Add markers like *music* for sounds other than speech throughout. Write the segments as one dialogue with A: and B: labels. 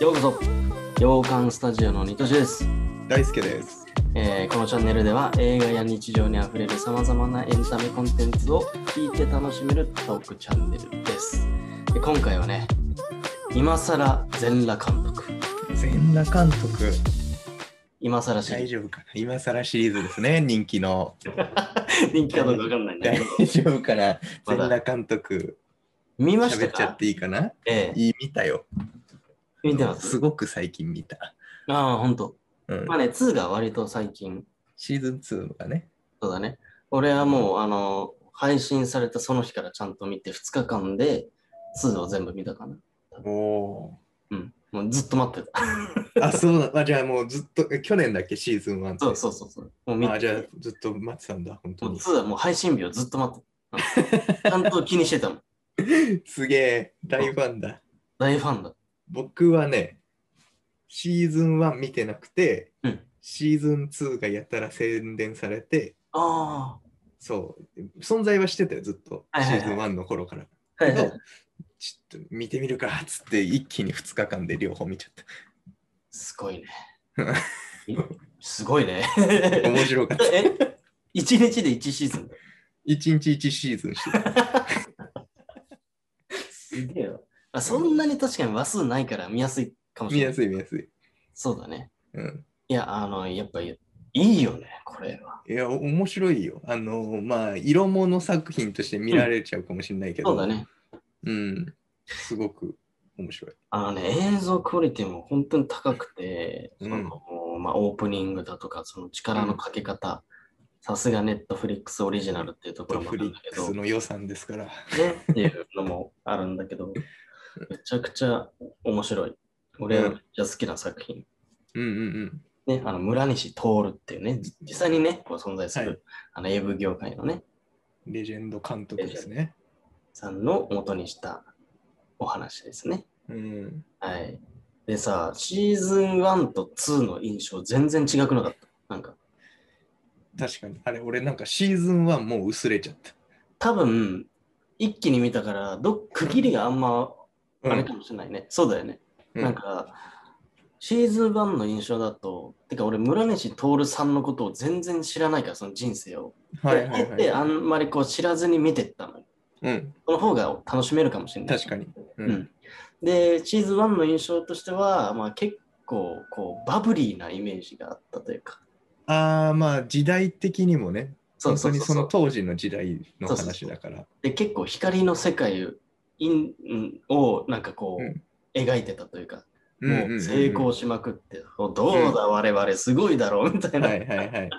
A: ようこそ洋館スタジオのニトシです、
B: 大輔です。
A: えーこのチャンネルでは映画や日常にあふれるさまざまなエンタメコンテンツを聞いて楽しめるトークチャンネルですで今回はね今更全裸監督
B: 全裸監督。
A: 今更知
B: 大
A: り
B: 丈夫かな今更シリーズですね、人気の。
A: 人気かどうかわかんないんだ
B: 大
A: けど
B: 丈夫かな
A: ま
B: 全
A: だ
B: 裸監督。
A: 見ました
B: 喋っちゃ
A: か
B: っていいかな
A: ええ
B: いい、見たよ。
A: 見てます
B: すごく最近見た。
A: ああほんと
B: うん
A: まあね2が割と最近
B: シーズン2のがね。
A: そうだね。俺はもう、あの、配信されたその日からちゃんと見て、2日間で2を全部見たかな。
B: おお。
A: うん。もうずっと待ってた。
B: あ、そうなあ、じゃあもうずっと、え去年だっけ、シーズン1って。
A: そうそうそうそう。もう見
B: あ、じゃあ
A: て。
B: ずっと待ってたんだ、本当
A: もう
B: に。
A: 2はもう配信日をずっと待ってた。うんちゃんと気にしてたもん。 *laughs*
B: すげえ、大ファンだ。
A: 大ファンだ。
B: 僕はね、シーズン1見てなくて、
A: うん
B: シーズン2がやたら宣伝されて、
A: あ
B: そう、存在はしてたよ、ずっと。
A: はいはいはい
B: シーズン1の頃から。
A: あ。はいは
B: け
A: い
B: ど。ちょっと見てみるかっつって、一気に2日間で両方見ちゃっ
A: すごいね。
B: *laughs*
A: すごいね。
B: た。 *laughs* 面白かった。
A: え ?1 日で1シーズンだよ。
B: 1日1シーズンしてた。
A: すげえよ。あそんなに確かに話数ないから見やすいかもし
B: 見
A: れな
B: や
A: い。
B: すい見やすい。
A: そうだね。
B: うん、
A: いや、あの、やっぱいいよね、これは。
B: いや、お面白いよ。あの、まあ、色物作品として見られちゃうかもしれないけど、
A: そうだね。
B: うん、すごく面白い。
A: あのね、映像クオリティも本当に高くて、
B: うん
A: そのまあ、オープニングだとか、その力のかけ方、さすがネットフリックスオリジナルっていうところもあ
B: フ
A: る
B: リッ
A: んだけ
B: ク
A: ど、
B: ス
A: ね、
B: の予算ですから。
A: っていうのもあるんだけど、めちゃくちゃ面白い。俺がめっちゃ好きな作品。
B: うんうんうん。
A: ね、あの村西徹っていうね、じ実際にね、こう存在する、
B: はい
A: あの AV 業界のね、
B: レジェンド監督ですね。
A: さんの元にしたお話ですね。
B: うん。
A: はい。でさ、シーズン1と2の印象全然違くなかった。なんか、
B: 確かに。あれ、俺なんかシーズン1もう薄れちゃった。
A: 多分、一気に見たから、どっ区切りがあんま、あれかもしれないね。そうだよね。
B: うん
A: なんか、シーズン1の印象だと、てか俺、村西徹さんのことを全然知らないから、その人生を。
B: はい
A: であ
B: はいは
A: え
B: い
A: て。あんまりこう知らずに見てったのよ。
B: うん、
A: その方が楽しめるかもしれない。
B: 確かに。う
A: うん。で、シーズン1の印象としては、まあ結構、こう、バブリーなイメージがあったというか。
B: ああ、まあ時代的にもね、
A: そうそうそ
B: 本当
A: う
B: にそ
A: そう
B: の当時の時代の
A: そうそうそう
B: 話だから。
A: で結構光の世界をインんをなんかこう、
B: うん
A: 描いてたというか、
B: うんうん
A: も
B: う
A: うん成功しまくって、おどうだ我々すごいだろうみたいな、
B: はいはいはい。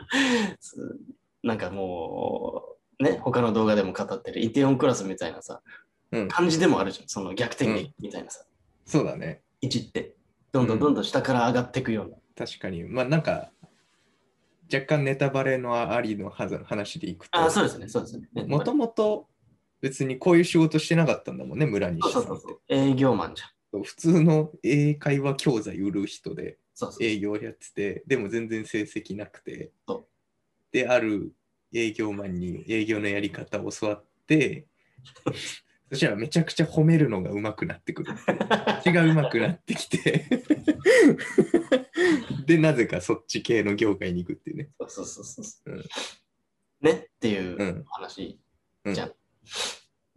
A: つなんかもうね他の動画でも語ってるイテオンクラスみたいなさ、
B: うん
A: 感じでもあるじゃんその逆転劇みたいなさ、
B: そうだね。
A: 位置ってどんどんどんどん下から上がっていくような、
B: 確かに。まあなんか、若干ネタバレのありのはず話でいくと、
A: あそうですねそうですね
B: もともと別にこういう仕事してなかったんだもんね、村西
A: そう
B: さ
A: そ
B: ん
A: う
B: って。
A: そうそう営業マンじゃん
B: 普通の英会話教材売る人で
A: そうそう
B: 営業やってて、でも全然成績なくて
A: そう、
B: で、ある営業マンに営業のやり方を教わって、そしたらめちゃくちゃ褒めるのが上手くなってくる。口が上手くなって
A: *laughs*
B: きて、で、なぜかそっち系の業界に行くっていうね。
A: そうそうそうそうそう、
B: うん
A: ねっていう、
B: うん。
A: 話
B: うん
A: じゃん。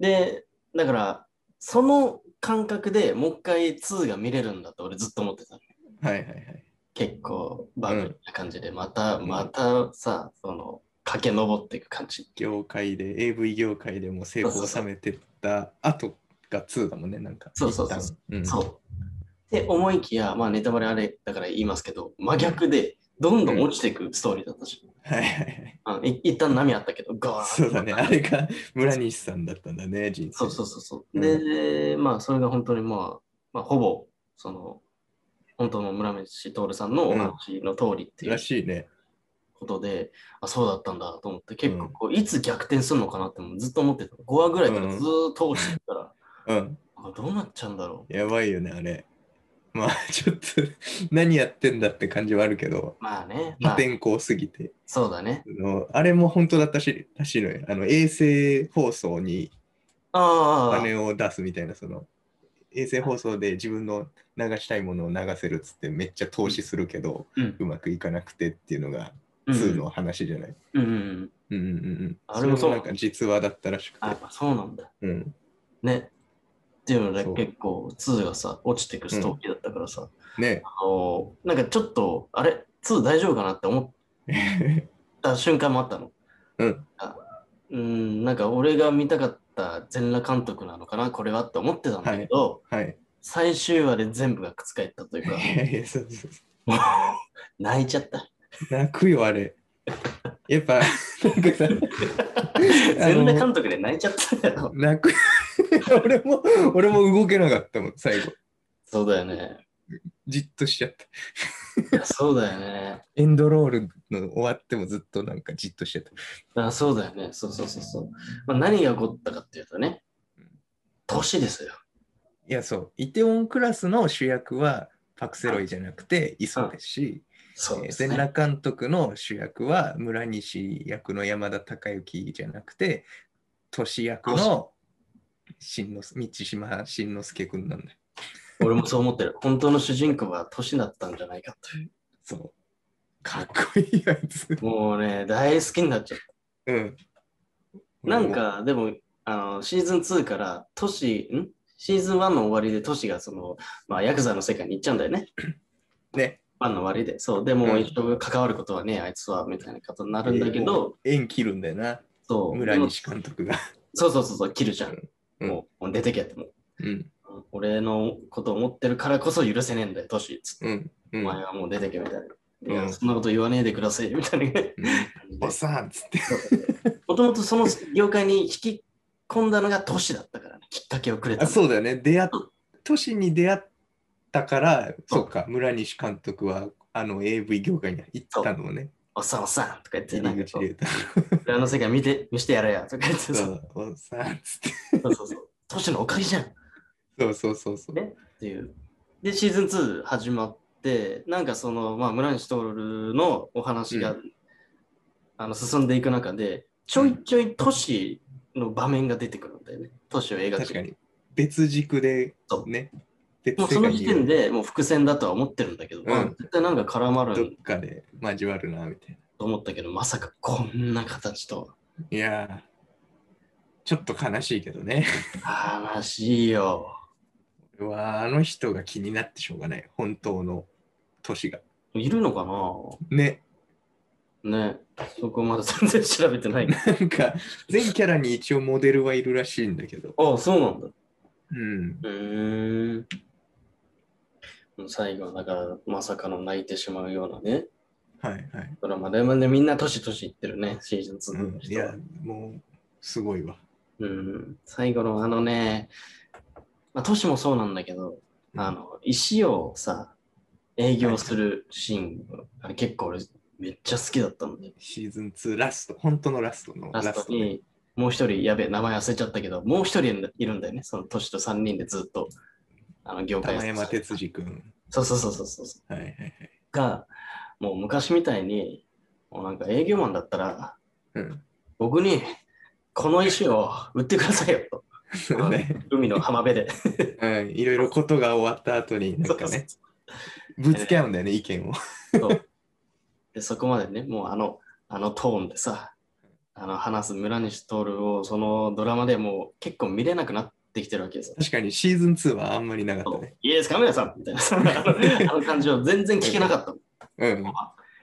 A: で、だから、その感覚でもう一回2が見れるんだと俺ずっと思ってたの。
B: はいはいはい。
A: 結構バブリーな感じで、また、またさ、その、駆け上っていく感じ。
B: 業界で、AV 業界でも成功を収めてった後が2だもんね、なんか。
A: そうそうそう
B: 一旦うん
A: そう。で、思いきや、まあネタバレあれだから言いますけど、真逆で、どんどん落ちていくストーリーだったし、
B: はいはいはい。
A: あのい一旦波あったけど、ガーン
B: そうだね。あれが村西さんだったんだね、人生。
A: そうそうそうそう。で、まあ、それが本当にまあ、まあ、ほぼ、その、本当の村飯徹さんのお話の通りっていう
B: らしいね。
A: ことで、あ、そうだったんだと思って、結構こう、いつ逆転するのかなってもずっと思ってた。5話ぐらいからずーっと落ちてたから、
B: うん。
A: あどうなっちゃうんだろう。
B: やばいよね、あれ。まあ、 *laughs* ちょっと、何やってんだって感じはあるけど、
A: まあね、ま
B: 破
A: あ、
B: 天荒すぎて。
A: そうだね。
B: あのあれも本当だったしらしいのよ。あの衛星放送にお
A: ああ、
B: 金を出すみたいな、その、衛星放送で自分の流したいものを流せるっつってめっちゃ投資するけど、
A: うん
B: うまくいかなくてっていうのが
A: うん
B: 2の話じゃない。
A: うんうん。
B: うんうんうんうん。
A: あれもそう
B: れなんか実話だったらしく
A: あ、や
B: て
A: っ。ぱそうなんだ。
B: うん。
A: ね。っていうので
B: そう
A: 結構2がさ、落ちてくストーリーだったからさ、
B: ね
A: あのなんかちょっと、あれ、2大丈夫かなって思っった瞬間もあったの。
B: うん
A: あ。うん、なんか俺が見たかった全裸監督なのかな、これはって思ってたんだけど、
B: *laughs* はい。
A: 最終話で全部が覆ったというか、
B: いやいやそうそうそ
A: もう泣いちゃった。
B: う泣くよ、あれ。やっぱ、なんかさ、
A: 全裸監督で泣いちゃったよ。
B: 泣く。 *laughs* 俺も、俺も動けなかったもん、最後。
A: そうだよね。
B: じっとしちゃった。
A: いやそうだよね。
B: エンドロールの終わってもずっとなんかじっとしちゃった。
A: あそうだよね。そうそうそうそう。まあ、何が起こったかっていうとね、年ですよ。
B: いや、そう。イテウォンクラスの主役はパクセロイじゃなくてイソですし、
A: そう
B: え
A: で
B: ー
A: す
B: 全
A: ね。
B: 裸監督の主役は村西役の山田孝之じゃなくて、都市役のしんのす道島慎之介君なんだよ。
A: 俺もそう思ってる。本当の主人公は年だったんじゃないかという。
B: そう。かっこいいやつ。
A: もうね、大好きになっちゃった
B: うん。
A: なんかでもあのシーズン2から都市んシーズン1の終わりで都市がその、まあ、ヤクザの世界に行っちゃうんだよね。
B: ね、
A: 1の終わりで。そう、で
B: う
A: も
B: ん
A: 一生関わることはねえ、あいつはみたいなことになるんだけど、
B: 縁切るんだよな、
A: そう
B: 村
A: でも
B: 西監督が。
A: そうそうそうそう、切るじゃん。
B: うん
A: もうもう出てけってもう。
B: うん、
A: 俺のことを思ってるからこそ許せねえんだよ、都市つって。
B: うん、う
A: お
B: ん。
A: 前はもう出てけみたいな。
B: うん
A: いや、そんなこと言わねえでくださいみたいな感
B: うん
A: じで
B: おっ。さんっつって。
A: もともとその業界に引き込んだのが都市だったからね、きっかけをくれた
B: あ
A: の。
B: そうだよね。出会っ都市に出会ったから、そうか、村西監督はあの AV 業界に行ったのね。
A: おっさんおっさんとか言って、な
B: 入
A: んか
B: り
A: こ
B: 口
A: う
B: で言うと。
A: 裏の世界見て、見してやれよとか言って、
B: そ
A: そう
B: う、おっさんっつって。
A: そうそうそう。都市のおかげじゃんっ
B: そうそうそうそう。
A: ていう。で、シーズン2始まって、なんかその、まあ、村西徹のお話が、
B: う
A: あの進んでいく中で、ちょいちょい都市の場面が出てくるんだよね。都市を描く。
B: 確かに。別軸で
A: そ、う
B: ね。別
A: もうその時点
B: で
A: でもう伏線だとは思ってるんだけど、
B: ん
A: まあ絶対なんか絡ま
B: どっ
A: る
B: かで交わるな、みたい
A: と思ったけど、まさかこんな形とは。
B: な。いやー、ちょっと悲しいけどね。
A: 悲しいよ。
B: うわーあの人が気になってしょうがない。本当の都市が。
A: いるのか
B: ね。
A: なね。そこまだ全然調べてない。
B: なんか、全キャラに一応モデルはいるらしいんだけど。
A: ああ、そうなんだ。
B: うん。
A: うーん。最後はだから、まさかの泣いてしまうようなね、
B: はいはい。
A: ドラマで、まあでみんな年々いってるね、シーズン2
B: う
A: の
B: ん、い
A: 人は
B: や、もう、すごいわ。
A: うん、最後のあのね、まあ、年もそうなんだけど、
B: うん
A: あの、石をさ、営業するシーン、あれ結構俺、めっちゃ好きだったので、
B: シーズン2ラスト、本当のラストのラ
A: ラ
B: スト。
A: ストに、もう一人、やべえ、名前忘れちゃったけど、もう一人いるんだよね、その年と3人でずっと、あの、業界
B: 玉山哲司君。
A: そうそうそうそうそう。
B: はいはいはい。
A: が、もう昔みたいに、もうなんか営業マンだったら、
B: うん。
A: 僕にこの石を売ってくださいよと、
B: そうね。
A: 海の浜辺で。
B: *laughs* うん。いろいろことが終わった後に、なんかね、ぶつけ合うんだよね、意見を。
A: そうでそこまでね、もうあの、あのトーンでさ、あの話す村西徹をそのドラマでもう結構見れなくなってきてるわけですよ。
B: 確かにシーズン2はあんまりなかったね。
A: イエス、カメラさんみたいな、そのあ
B: *laughs*
A: のあの感じを全然聞けなかったの
B: うん。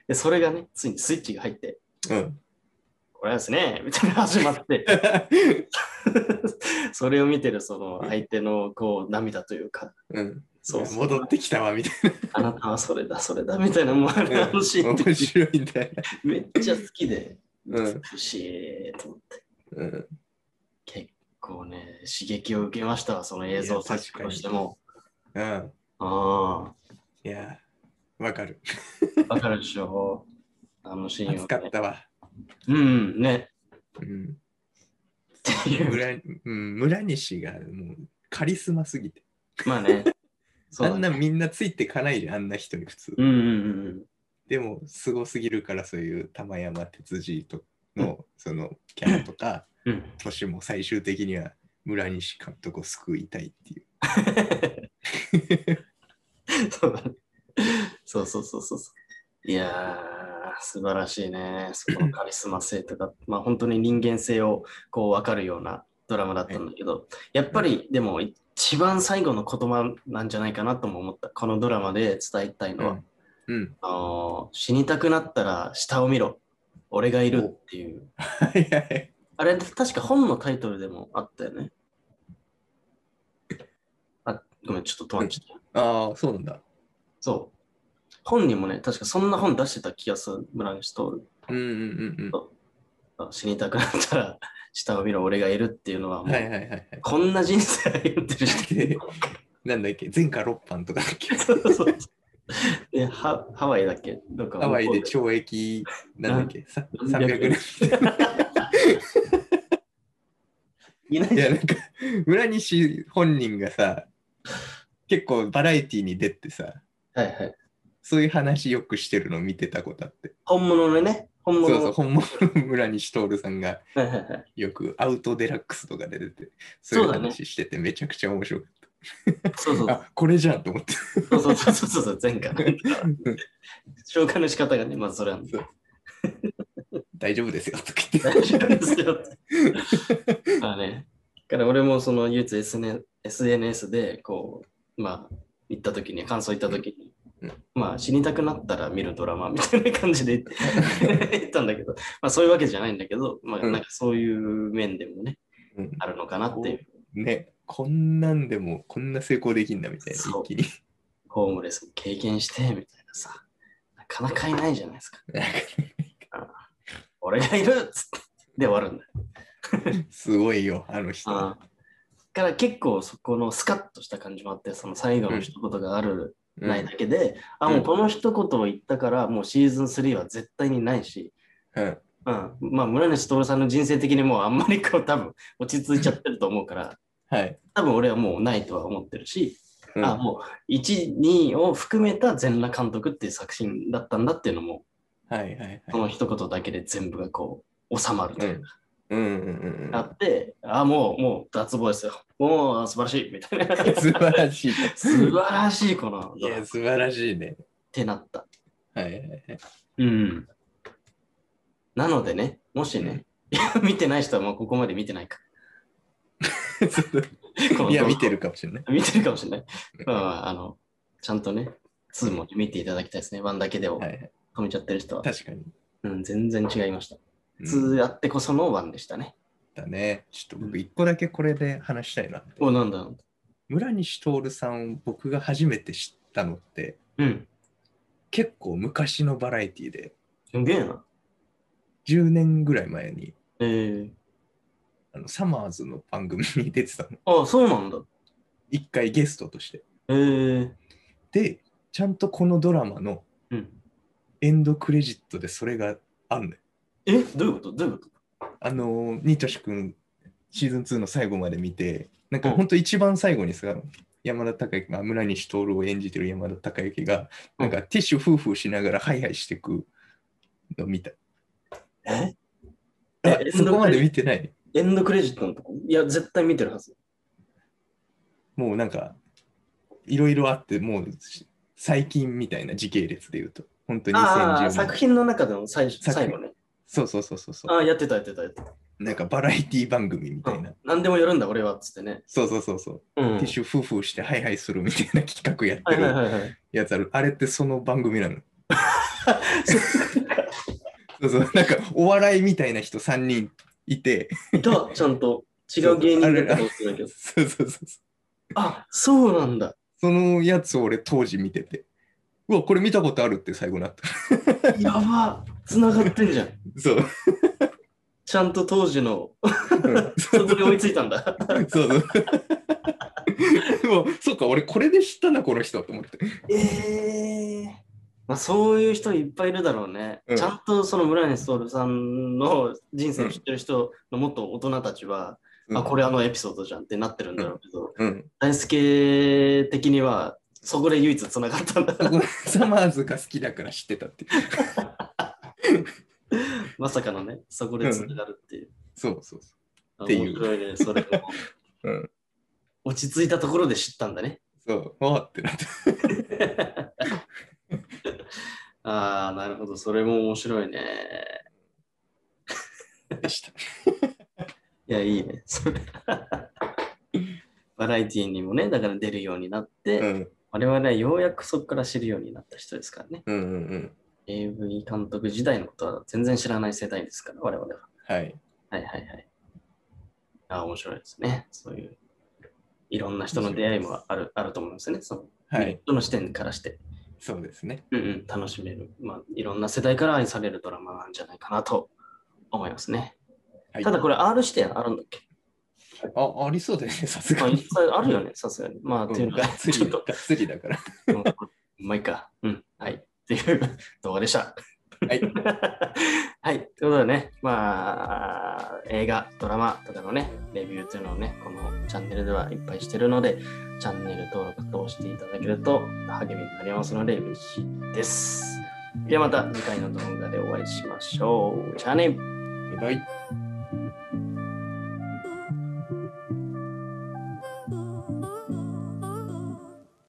A: で、それがね、ついにスイッチが入って、
B: うん。 *laughs*
A: これはですね、みたいな始まって。それを見てるその相手のこう涙というか、
B: うん。
A: そうそう
B: 戻ってきたわ、みたい
A: あなたはそれだそれだみたいなもうあれ
B: な。
A: あのシーンって
B: 面白いんだよね。
A: めっちゃ好きで、
B: うん
A: 美しいと思って
B: うん。
A: 結構ね刺激を受けましたわその映像
B: いや確
A: 作
B: か
A: 品
B: に
A: としても。
B: うん。
A: あ
B: いや、わかる。
A: あ、わかるでしょ。あのシーン
B: 熱か
A: は、
B: っ
A: ね。
B: たわ。
A: うん、ね。
B: うん。
A: っていう。
B: 村うん、村西がもうカリスマすぎて。
A: まあね。そう
B: あ
A: だ
B: ん
A: ね
B: なみんなついてかないじゃん、あんな人に普通。
A: うんうんうんうん。
B: でも、すごすぎるから、そういう玉山哲司との、そのキャラとか、
A: うん、
B: 年も最終的には村西監督を救いたいっていう。
A: そうだね。 *laughs* そうそうそうそうそう。いやー、素晴らしいね。そこのカリスマ性とか、 *laughs* まあ本当に人間性をこう分かるようなドラマだったんだけど、やっぱりでも一番最後の言葉なんじゃないかなとも思った。このドラマで伝えたいのは、
B: うん。
A: あのー死にたくなったら下を見ろ。俺がいるっていう。
B: はいはい。
A: あれ、確か本のタイトルでもあったよね。あ、ごめん、ちょっと止まっちゃった。
B: ああ、そうなんだ。
A: そう。本にもね、確かそんな本出してた気がする、村西徹。
B: うんうんうん
A: あ死にたくなったら、下を見ろ、俺がいるっていうのは
B: うん。
A: もう、
B: はいはいはいはい。
A: こんな人生歩んでる人
B: でなんだっけ前科6班とかだっけ
A: *laughs* そうそうでハハワイだっけどっか
B: ハワイで懲役なんだっけさ300年。
A: *laughs* いない
B: い
A: じゃ
B: や
A: ん
B: なんか村西本人がさ結構バラエティに出てさ
A: はいはい。
B: そういう話よくしてるの見てたことあって
A: 本物のね、本
B: そ
A: 物
B: うそう
A: の。
B: 本物の村西徹さんが
A: はいはいはい
B: よくアウトデラックスとかで出てそういう
A: そうだね
B: 話しててめちゃくちゃ面白かっ
A: そうそう
B: た、あこれじゃんと思って *laughs*
A: そうそうそうそうそうそう、前回の。紹介の仕方がね、まずそれなんで。
B: 大丈夫ですよとか
A: *laughs*
B: 言って
A: 大丈夫ですよって。
B: *laughs*
A: あね。だから俺もその唯一 SN SNS でこう、まあ、行った時に、感想行った時に、
B: うん
A: まあ、死にたくなったら見るドラマみ *laughs* たいな感じ
B: *laughs*
A: で言って言ったんだけど、まあ、そういうわけじゃないんだけど、まあ、
B: うん
A: なんかそういう面でもね、
B: うん
A: あるのかなっていう、
B: ねこんなんでもこんな成功できんだみたいな
A: そう
B: 一気に
A: ホームレスを経験してみたいなさ、なかなかいないじゃないですか。俺がいるっつって、で終わるんだよ。
B: すごいよあの人
A: ああから結構そこのスカッとした感じもあって、その最後の一言がある、
B: うん
A: ないだけで、あ、
B: うん
A: もうこの一言を言ったから、もうシーズン3は絶対にないし、
B: うん
A: うん、まあ村西徹さんの人生的にもうあんまりこう多分落ち着いちゃってると思うから、
B: はい、
A: 多分俺はもうないとは思ってるし、
B: うん
A: あ、もう1、2を含めた全裸監督っていう作品だったんだっていうのも、
B: はいはい
A: そ
B: はい
A: の一言だけで全部がこう収まるというか
B: うんうんうんう
A: あ
B: ん
A: って、あ、もう、もう脱帽ですよ。もう素晴らしいみたいな。
B: *laughs* 素晴らしい
A: 素晴らしい、この
B: い
A: ドラマ
B: や、
A: っ
B: 素晴らしいね。
A: てなった。
B: はいはいはい。
A: うん。なのでね、もしね、いや *laughs* 見てない人はもうここまで見てないか。この
B: *laughs* いや、見て。るかもしれない。
A: 見てるかもしれない。
B: うん
A: まあまあ、あの、ちゃんとね、2も見ていただきたいですね。1だけでを
B: はい
A: 止
B: はい、
A: めちゃってる人は。
B: 確かに。
A: うん、全然違いました。
B: うん
A: 2あってこその1でしたね。
B: だね。ちょっと僕、一個だけこれで話したいな。
A: お、なんだなんだ
B: 村西徹さんを僕が初めて知ったのって、
A: うん。
B: 結構昔のバラエティで、
A: すげえな。
B: 10年ぐらい前に、
A: えー、
B: あのサマーズの番組に出てたの。
A: あ、そうなんだ。
B: 一回ゲストとして。
A: えー、
B: で、ちゃんとこのドラマの
A: うん。
B: エンドクレジットでそれがあんのよ。
A: え、どういうことどういうこ
B: あのー、ニトシ君、シーズン2の最後まで見て、なんか
A: うん
B: 本当一番最後にさ、山田孝之が、村西徹を演じてる山田孝之が、
A: う
B: なんんかティッシュフーフーしながらハイハイしてくの見た。
A: とえ
B: あ
A: え
B: そこまで見てない。
A: エンドクレジットのとこいや、絶対見てるはず。
B: もうなんか、いろいろあって、もうし最近みたいな時系列で言うと、本当に
A: ああ、
B: 2010
A: 作
B: 年。
A: 品の中での最初
B: 作
A: 最
B: 品
A: 後ね。
B: そうそうそうそうそ
A: ああ、やってた、やってた、やってた。
B: う。なんかバラエティ番組みたいな。
A: 何でもやるんだ、俺は、つってね。
B: そうそうそうそう。
A: うん
B: ティッシュフーフーしてハイハイするみたいな企画やって
A: はいはい
B: る
A: はいはい。
B: やつある。あれってその番組なの。そうそう、なんかお笑いみたいな人3人いて、
A: いた、ちゃんと違う芸人だったかもしれないけど。
B: そうそうそうそう、
A: あ、そうなんだ。
B: そのやつを俺当時見てて、うわ、これ見たことあるって最後なった。
A: やば、つながってんじゃん。
B: そう。
A: ちゃんと当時の、
B: うん
A: そこに追いついたん
B: *laughs*
A: だ。
B: そうそう。でもそうか、俺これで知ったな、この人と思って。
A: ええまあ、そういう人いっぱいいるだろうね。
B: うん
A: ちゃんとその村西徹さんの人生を知ってる人のもっと大人たちは、
B: うん、
A: あこれあのエピソードじゃんってなってるんだろうけど、
B: うん、
A: 大輔的にはそこで唯一つながった
B: *laughs*
A: んだ
B: そこサマーズが好きだから知ってたっていう。
A: まさかのねそこでつながるっていう、
B: そうそうそう。
A: あ
B: っていう
A: 面白いねそれも
B: *laughs* うん
A: 落ち着いたところで知ったんだね。
B: そう、わーってなって。
A: ああ、なるほど。それも面白いね。
B: でした。
A: いや、いいね。 *laughs* それバラエティにもね、だから出るようになって、
B: うん、
A: 我々はようやくそこから知るようになった人ですからね。
B: うん、うん、うん。
A: AV 監督時代のことは全然知らない世代ですから、我々は。
B: はい。
A: はいはいはい。ああ、面白いですね。そういう、いろんな人の出会いもあるあると思うんですよね。その
B: はい、
A: どの視点からして、
B: そうですね。
A: うんうん、楽しめる、まあ。いろんな世代から愛されるドラマなんじゃないかなと思いますね。
B: はい、
A: ただこれ R 視点あるんだっけ
B: あ、ありそうだよね、さす
A: ま
B: が
A: あ、
B: に。
A: あるよね、さすがに。まあ、
B: う
A: っていうんの
B: *laughs* が
A: は
B: っつり、
A: ちょっ
B: がっ
A: と、
B: つりだから。
A: うんまあいいか。うん、はい。っていう動画でした。
B: はい、
A: はい、ということでね、まあ、映画、ドラマとかのね、レビューというのをね、このチャンネルではいっぱいしてるので、チャンネル登録としていただけると励みになりますので、嬉しいです。ではまた次回の動画でお会いしましょう。じゃあね *laughs*
B: バイバイ。
A: バイ